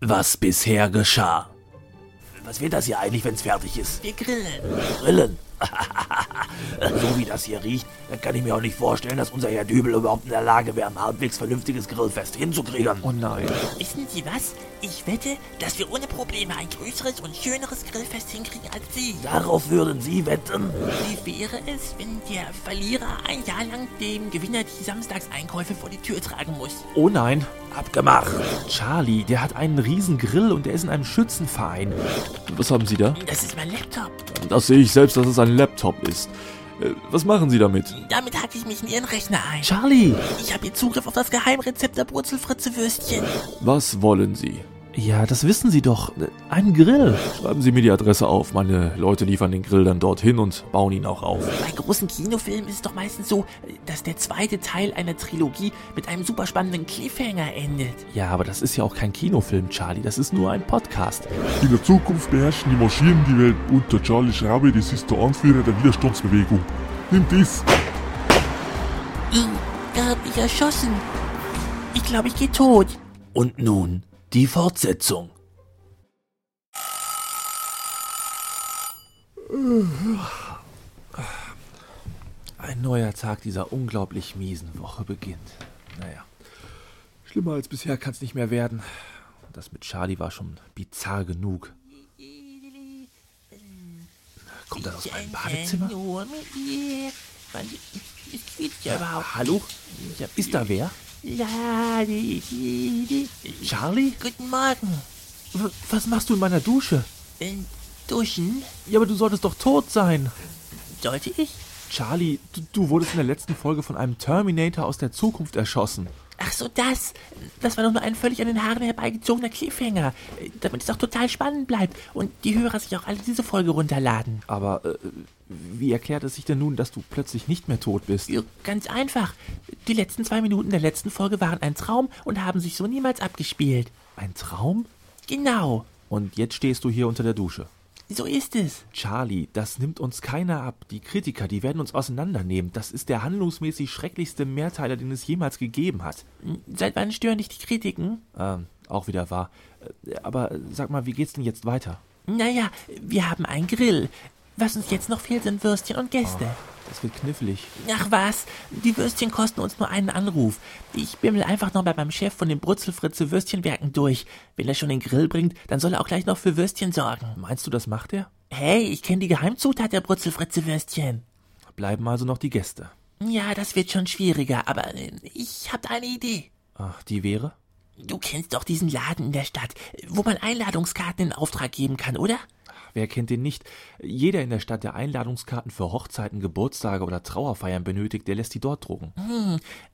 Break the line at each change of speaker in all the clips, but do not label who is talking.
was bisher geschah. Was wird das hier eigentlich, wenn's fertig ist?
Wir grillen.
Grillen. so wie das hier riecht, dann kann ich mir auch nicht vorstellen, dass unser Herr Dübel überhaupt in der Lage wäre, ein halbwegs vernünftiges Grillfest hinzukriegen.
Oh nein.
Wissen Sie was? Ich wette, dass wir ohne Probleme ein größeres und schöneres Grillfest hinkriegen als Sie.
Darauf würden Sie wetten?
Wie wäre es, wenn der Verlierer ein Jahr lang dem Gewinner die Samstagseinkäufe vor die Tür tragen muss?
Oh nein.
Abgemacht.
Charlie, der hat einen riesen Grill und der ist in einem Schützenverein. Was haben Sie da?
Das ist mein Laptop.
Das sehe ich selbst, dass es ein Laptop ist. Äh, Was machen Sie damit?
Damit hacke ich mich in Ihren Rechner ein.
Charlie!
Ich habe hier Zugriff auf das Geheimrezept der Brutzelfritze-Würstchen.
Was wollen Sie?
Ja, das wissen Sie doch. Ein Grill.
Schreiben Sie mir die Adresse auf. Meine Leute liefern den Grill dann dorthin und bauen ihn auch auf.
Bei großen Kinofilmen ist es doch meistens so, dass der zweite Teil einer Trilogie mit einem super spannenden Cliffhanger endet.
Ja, aber das ist ja auch kein Kinofilm, Charlie. Das ist nur ein Podcast.
In der Zukunft beherrschen die Maschinen die Welt und der Charlie Schraube, das ist der Anführer der Widerstandsbewegung. Nimm dies!
Ich hab mich erschossen. Ich glaube, ich gehe tot.
Und nun die Fortsetzung.
Ein neuer Tag dieser unglaublich miesen Woche beginnt. Naja, schlimmer als bisher kann es nicht mehr werden. Das mit Charlie war schon bizarr genug. Kommt das aus meinem Badezimmer?
Nur mit mir. Man, es geht ja überhaupt.
Hallo? Ist da wer?
Ja, die, die, die.
Charlie?
Guten Morgen.
W- Was machst du in meiner Dusche?
Ähm, duschen?
Ja, aber du solltest doch tot sein.
Sollte ich?
Charlie, du, du wurdest in der letzten Folge von einem Terminator aus der Zukunft erschossen.
Ach so, das. Das war doch nur ein völlig an den Haaren herbeigezogener Cliffhanger. Äh, Damit es auch total spannend bleibt und die Hörer sich auch alle diese Folge runterladen.
Aber äh, wie erklärt es sich denn nun, dass du plötzlich nicht mehr tot bist?
Ja, Ganz einfach. Die letzten zwei Minuten der letzten Folge waren ein Traum und haben sich so niemals abgespielt.
Ein Traum?
Genau.
Und jetzt stehst du hier unter der Dusche.
So ist es.
Charlie, das nimmt uns keiner ab. Die Kritiker, die werden uns auseinandernehmen. Das ist der handlungsmäßig schrecklichste Mehrteiler, den es jemals gegeben hat.
Seit wann stören dich die Kritiken?
Ähm, auch wieder wahr. Äh, Aber äh, sag mal, wie geht's denn jetzt weiter?
Naja, wir haben einen Grill. Was uns jetzt noch fehlt, sind Würstchen und Gäste.
Das wird knifflig.
Ach was, die Würstchen kosten uns nur einen Anruf. Ich bimmel einfach noch bei meinem Chef von den Brutzelfritze Würstchenwerken durch. Wenn er schon den Grill bringt, dann soll er auch gleich noch für Würstchen sorgen.
Meinst du, das macht er?
Hey, ich kenne die Geheimzutat der Brutzelfritze Würstchen.
Bleiben also noch die Gäste.
Ja, das wird schon schwieriger, aber äh, ich hab da eine Idee.
Ach, die wäre?
Du kennst doch diesen Laden in der Stadt, wo man Einladungskarten in Auftrag geben kann, oder?
Wer kennt den nicht? Jeder in der Stadt, der Einladungskarten für Hochzeiten, Geburtstage oder Trauerfeiern benötigt, der lässt die dort drucken.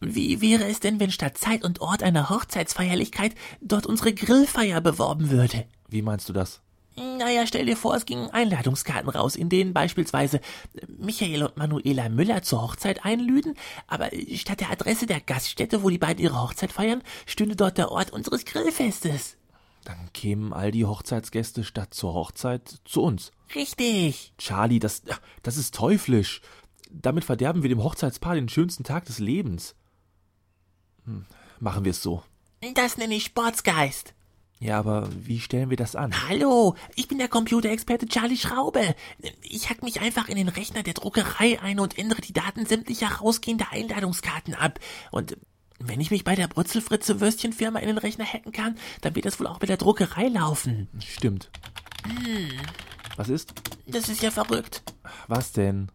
Wie wäre es denn, wenn statt Zeit und Ort einer Hochzeitsfeierlichkeit dort unsere Grillfeier beworben würde?
Wie meinst du das?
Naja, stell dir vor, es gingen Einladungskarten raus, in denen beispielsweise Michael und Manuela Müller zur Hochzeit einlüden, aber statt der Adresse der Gaststätte, wo die beiden ihre Hochzeit feiern, stünde dort der Ort unseres Grillfestes.
Dann kämen all die Hochzeitsgäste statt zur Hochzeit zu uns.
Richtig.
Charlie, das, das ist teuflisch. Damit verderben wir dem Hochzeitspaar den schönsten Tag des Lebens. Hm, machen wir es so.
Das nenne ich Sportsgeist.
Ja, aber wie stellen wir das an?
Hallo, ich bin der Computerexperte Charlie Schraube. Ich hack mich einfach in den Rechner der Druckerei ein und ändere die Daten sämtlicher rausgehender Einladungskarten ab. Und wenn ich mich bei der Brutzelfritze Würstchenfirma in den Rechner hacken kann, dann wird das wohl auch bei der Druckerei laufen.
Stimmt. Was ist?
Das ist ja verrückt.
Was denn?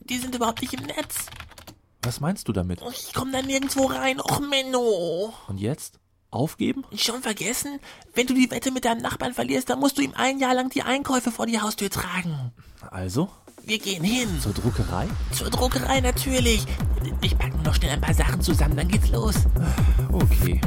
Die sind überhaupt nicht im Netz. Oh,
Was meinst du damit?
Ich komme da nirgendwo rein. Och, Menno.
Und jetzt? Aufgeben?
Schon vergessen? Wenn du die Wette mit deinem Nachbarn verlierst, dann musst du ihm ein Jahr lang die Einkäufe vor die Haustür tragen.
Also?
Wir gehen hin.
Zur Druckerei?
Zur Druckerei natürlich. Ich packe nur noch schnell ein paar Sachen zusammen, dann geht's los.
Okay.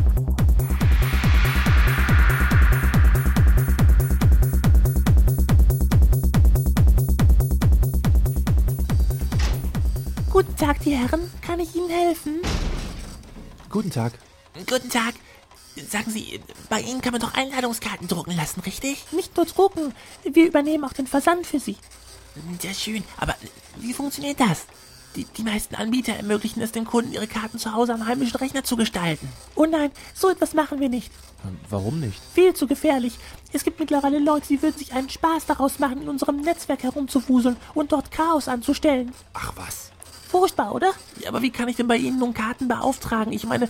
Guten Tag, die Herren. Kann ich Ihnen helfen?
Guten Tag.
Guten Tag. Sagen Sie, bei Ihnen kann man doch Einladungskarten drucken lassen, richtig?
Nicht nur drucken, wir übernehmen auch den Versand für Sie.
Sehr schön. Aber wie funktioniert das? Die, die meisten Anbieter ermöglichen es den Kunden, ihre Karten zu Hause am heimischen Rechner zu gestalten. Oh nein, so etwas machen wir nicht.
Ähm, Warum nicht?
Viel zu gefährlich. Es gibt mittlerweile Leute, die würden sich einen Spaß daraus machen, in unserem Netzwerk herumzuwuseln und dort Chaos anzustellen.
Ach was.
Furchtbar, oder? Ja, aber wie kann ich denn bei Ihnen nun Karten beauftragen? Ich meine,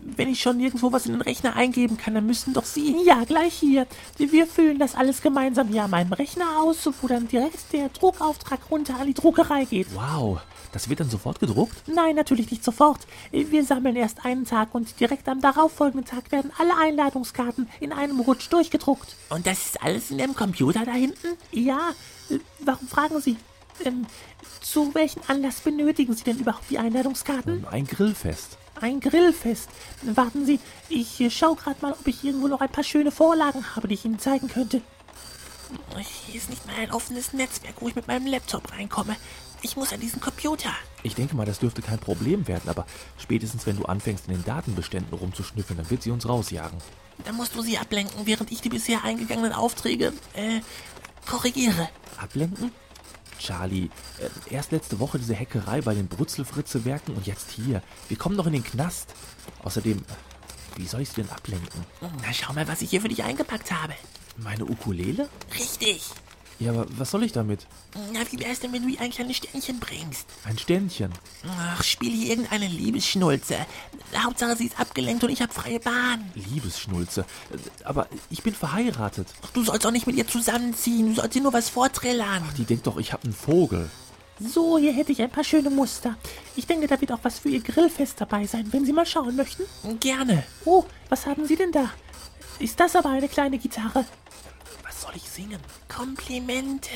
wenn ich schon nirgendwo was in den Rechner eingeben kann, dann müssen doch Sie. Ja, gleich hier. Wir füllen das alles gemeinsam hier an meinem Rechner aus, wo dann direkt der Druckauftrag runter an die Druckerei geht.
Wow, das wird dann sofort gedruckt?
Nein, natürlich nicht sofort. Wir sammeln erst einen Tag und direkt am darauffolgenden Tag werden alle Einladungskarten in einem Rutsch durchgedruckt. Und das ist alles in dem Computer da hinten? Ja. Äh, Warum fragen Sie? Ähm, zu welchem Anlass benötigen Sie denn überhaupt die Einladungskarten?
Ein Grillfest.
Ein Grillfest. Warten Sie, ich äh, schau gerade mal, ob ich irgendwo noch ein paar schöne Vorlagen habe, die ich Ihnen zeigen könnte. Hier ist nicht mal ein offenes Netzwerk, wo ich mit meinem Laptop reinkomme. Ich muss an diesen Computer.
Ich denke mal, das dürfte kein Problem werden, aber spätestens wenn du anfängst, in den Datenbeständen rumzuschnüffeln, dann wird sie uns rausjagen.
Da musst du sie ablenken, während ich die bisher eingegangenen Aufträge äh, korrigiere.
Ablenken? Charlie, äh, erst letzte Woche diese Hackerei bei den Brutzelfritze-Werken und jetzt hier. Wir kommen doch in den Knast. Außerdem, äh, wie soll ich sie denn ablenken?
Hm, Na, schau mal, was ich hier für dich eingepackt habe.
Meine Ukulele?
Richtig. Hm,
Ja, aber was soll ich damit?
Na, wie wär's denn, wenn du ihr ein kleines Sternchen bringst?
Ein Ständchen.
Ach, spiel hier irgendeine Liebesschnulze. Hauptsache, sie ist abgelenkt und ich hab freie Bahn.
Liebesschnulze. Äh, Aber ich bin verheiratet.
Ach, du sollst auch nicht mit ihr zusammenziehen. Du sollst ihr nur was vortrillern.
Die denkt doch, ich hab einen Vogel.
So, hier hätte ich ein paar schöne Muster. Ich denke, da wird auch was für Ihr Grillfest dabei sein, wenn Sie mal schauen möchten. Gerne. Oh, was haben Sie denn da? Ist das aber eine kleine Gitarre? Was soll ich singen? Komplimente.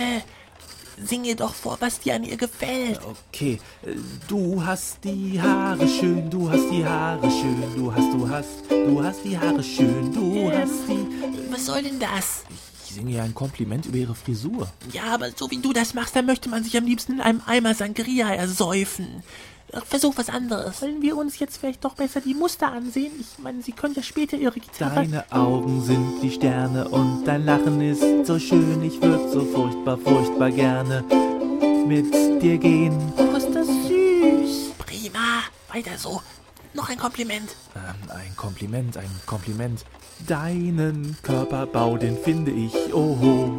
Sing ihr doch vor, was dir an ihr gefällt.
Okay, äh, du hast die Haare schön, du hast die Haare schön, du hast, du hast, du hast die Haare schön, du hast die.
Was soll denn das?
Ich singe ja ein Kompliment über ihre Frisur.
Ja, aber so wie du das machst, dann möchte man sich am liebsten in einem Eimer Sangria ersäufen. Versuch was anderes. Wollen wir uns jetzt vielleicht doch besser die Muster ansehen? Ich meine, Sie können ja später Ihre Gitarre...
Deine Augen sind die Sterne und dein Lachen ist so schön. Ich würde so furchtbar, furchtbar gerne mit dir gehen.
Oh, ist das süß. Prima. Weiter so. Noch ein Kompliment.
Ähm, ein Kompliment, ein Kompliment.
Deinen Körperbau, den finde ich oho.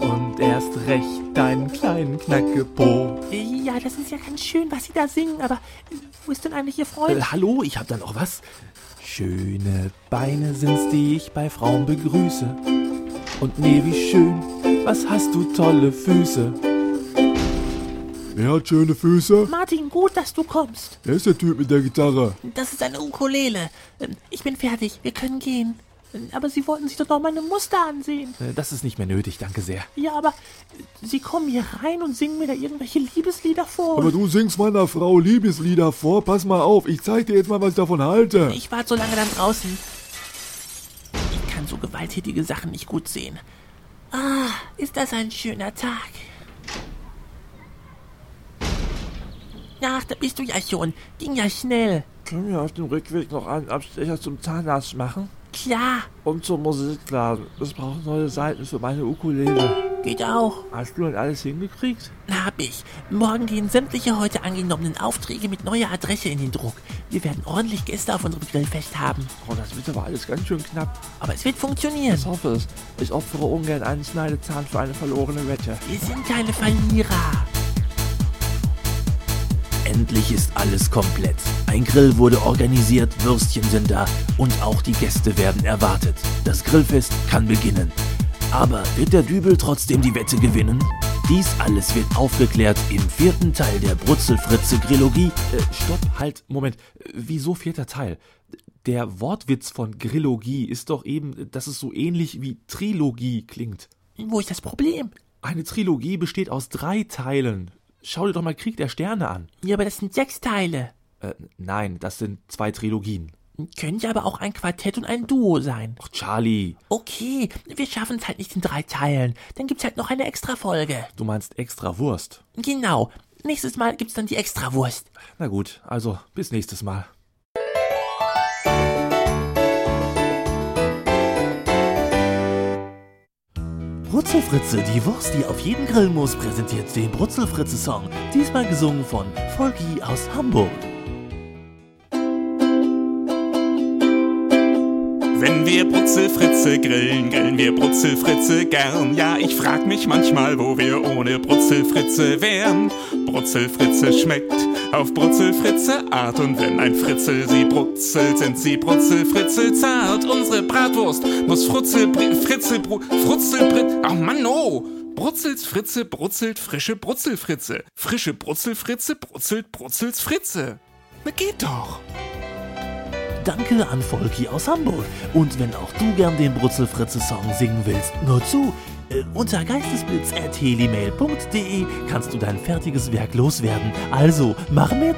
Und erst recht deinen kleinen Knackepo.
Ja, das ist ja ganz schön, was Sie da singen, aber äh, wo ist denn eigentlich Ihr
Äh,
Freund?
hallo, ich hab da noch was.
Schöne Beine sind's, die ich bei Frauen begrüße. Und nee, wie schön, was hast du tolle Füße.
Wer hat schöne Füße?
Martin, gut, dass du kommst.
Er ist der Typ mit der Gitarre.
Das ist eine Ukulele. Ähm, Ich bin fertig. Wir können gehen. Ähm, Aber Sie wollten sich doch noch meine Muster ansehen.
Äh, das ist nicht mehr nötig, danke sehr.
Ja, aber äh, Sie kommen hier rein und singen mir da irgendwelche Liebeslieder vor.
Aber du singst meiner Frau Liebeslieder vor. Pass mal auf, ich zeig dir jetzt mal, was ich davon halte.
Ich warte so lange dann draußen. Ich kann so gewalttätige Sachen nicht gut sehen. Ah, ist das ein schöner Tag. Ach, da bist du ja schon. Ging ja schnell.
Können wir auf dem Rückweg noch einen Abstecher zum Zahnarzt machen?
Klar,
Und zum Musikladen. Es braucht neue Seiten für meine Ukulele.
geht auch.
Hast du denn alles hingekriegt?
Hab ich. Morgen gehen sämtliche heute angenommenen Aufträge mit neuer Adresse in den Druck. Wir werden ordentlich Gäste auf unserem Grillfest haben.
Oh, das wird aber alles ganz schön knapp.
Aber es wird funktionieren.
Ich hoffe es. Ich opfere ungern einen Schneidezahn für eine verlorene Wette.
Wir sind keine Verlierer.
Endlich ist alles komplett. Ein Grill wurde organisiert, Würstchen sind da und auch die Gäste werden erwartet. Das Grillfest kann beginnen. Aber wird der Dübel trotzdem die Wette gewinnen? Dies alles wird aufgeklärt im vierten Teil der Brutzelfritze-Grillogie.
Äh, stopp, halt, Moment. Äh, Wieso vierter Teil? Der Wortwitz von Grillogie ist doch eben, dass es so ähnlich wie Trilogie klingt.
Wo ist das Problem?
Eine Trilogie besteht aus drei Teilen. Schau dir doch mal Krieg der Sterne an.
Ja, aber das sind sechs Teile.
Äh, nein, das sind zwei Trilogien.
Könnte aber auch ein Quartett und ein Duo sein.
Ach, Charlie,
Okay, wir schaffen es halt nicht in drei Teilen. Dann gibt's halt noch eine Extra-Folge.
du meinst extra Wurst.
Genau. Nächstes Mal gibt's dann die Extrawurst.
Na gut, also bis nächstes Mal.
Brutzelfritze, die Wurst, die auf jeden Grill muss, präsentiert den Brutzelfritze-Song. Diesmal gesungen von Volki aus Hamburg.
Wenn wir Brutzelfritze grillen, grillen wir Brutzelfritze gern. Ja, ich frag mich manchmal, wo wir ohne Brutzelfritze wären. Brutzelfritze schmeckt auf Brutzelfritze Art und wenn ein Fritzel sie brutzelt, sind sie Brutzelfritze zart. Unsere Bratwurst muss Frutzel, Br- Fritzel, Bru, Frutzel, Brit, ach Mann, oh! Brutzels Fritze brutzelt frische Brutzelfritze. Frische Brutzelfritze brutzelt Brutzels Fritze. Na geht doch!
Danke an Volki aus Hamburg. Und wenn auch du gern den Brutzelfritze-Song singen willst, nur zu. Äh, unter geistesblitz.helimail.de kannst du dein fertiges Werk loswerden. Also, mach mit!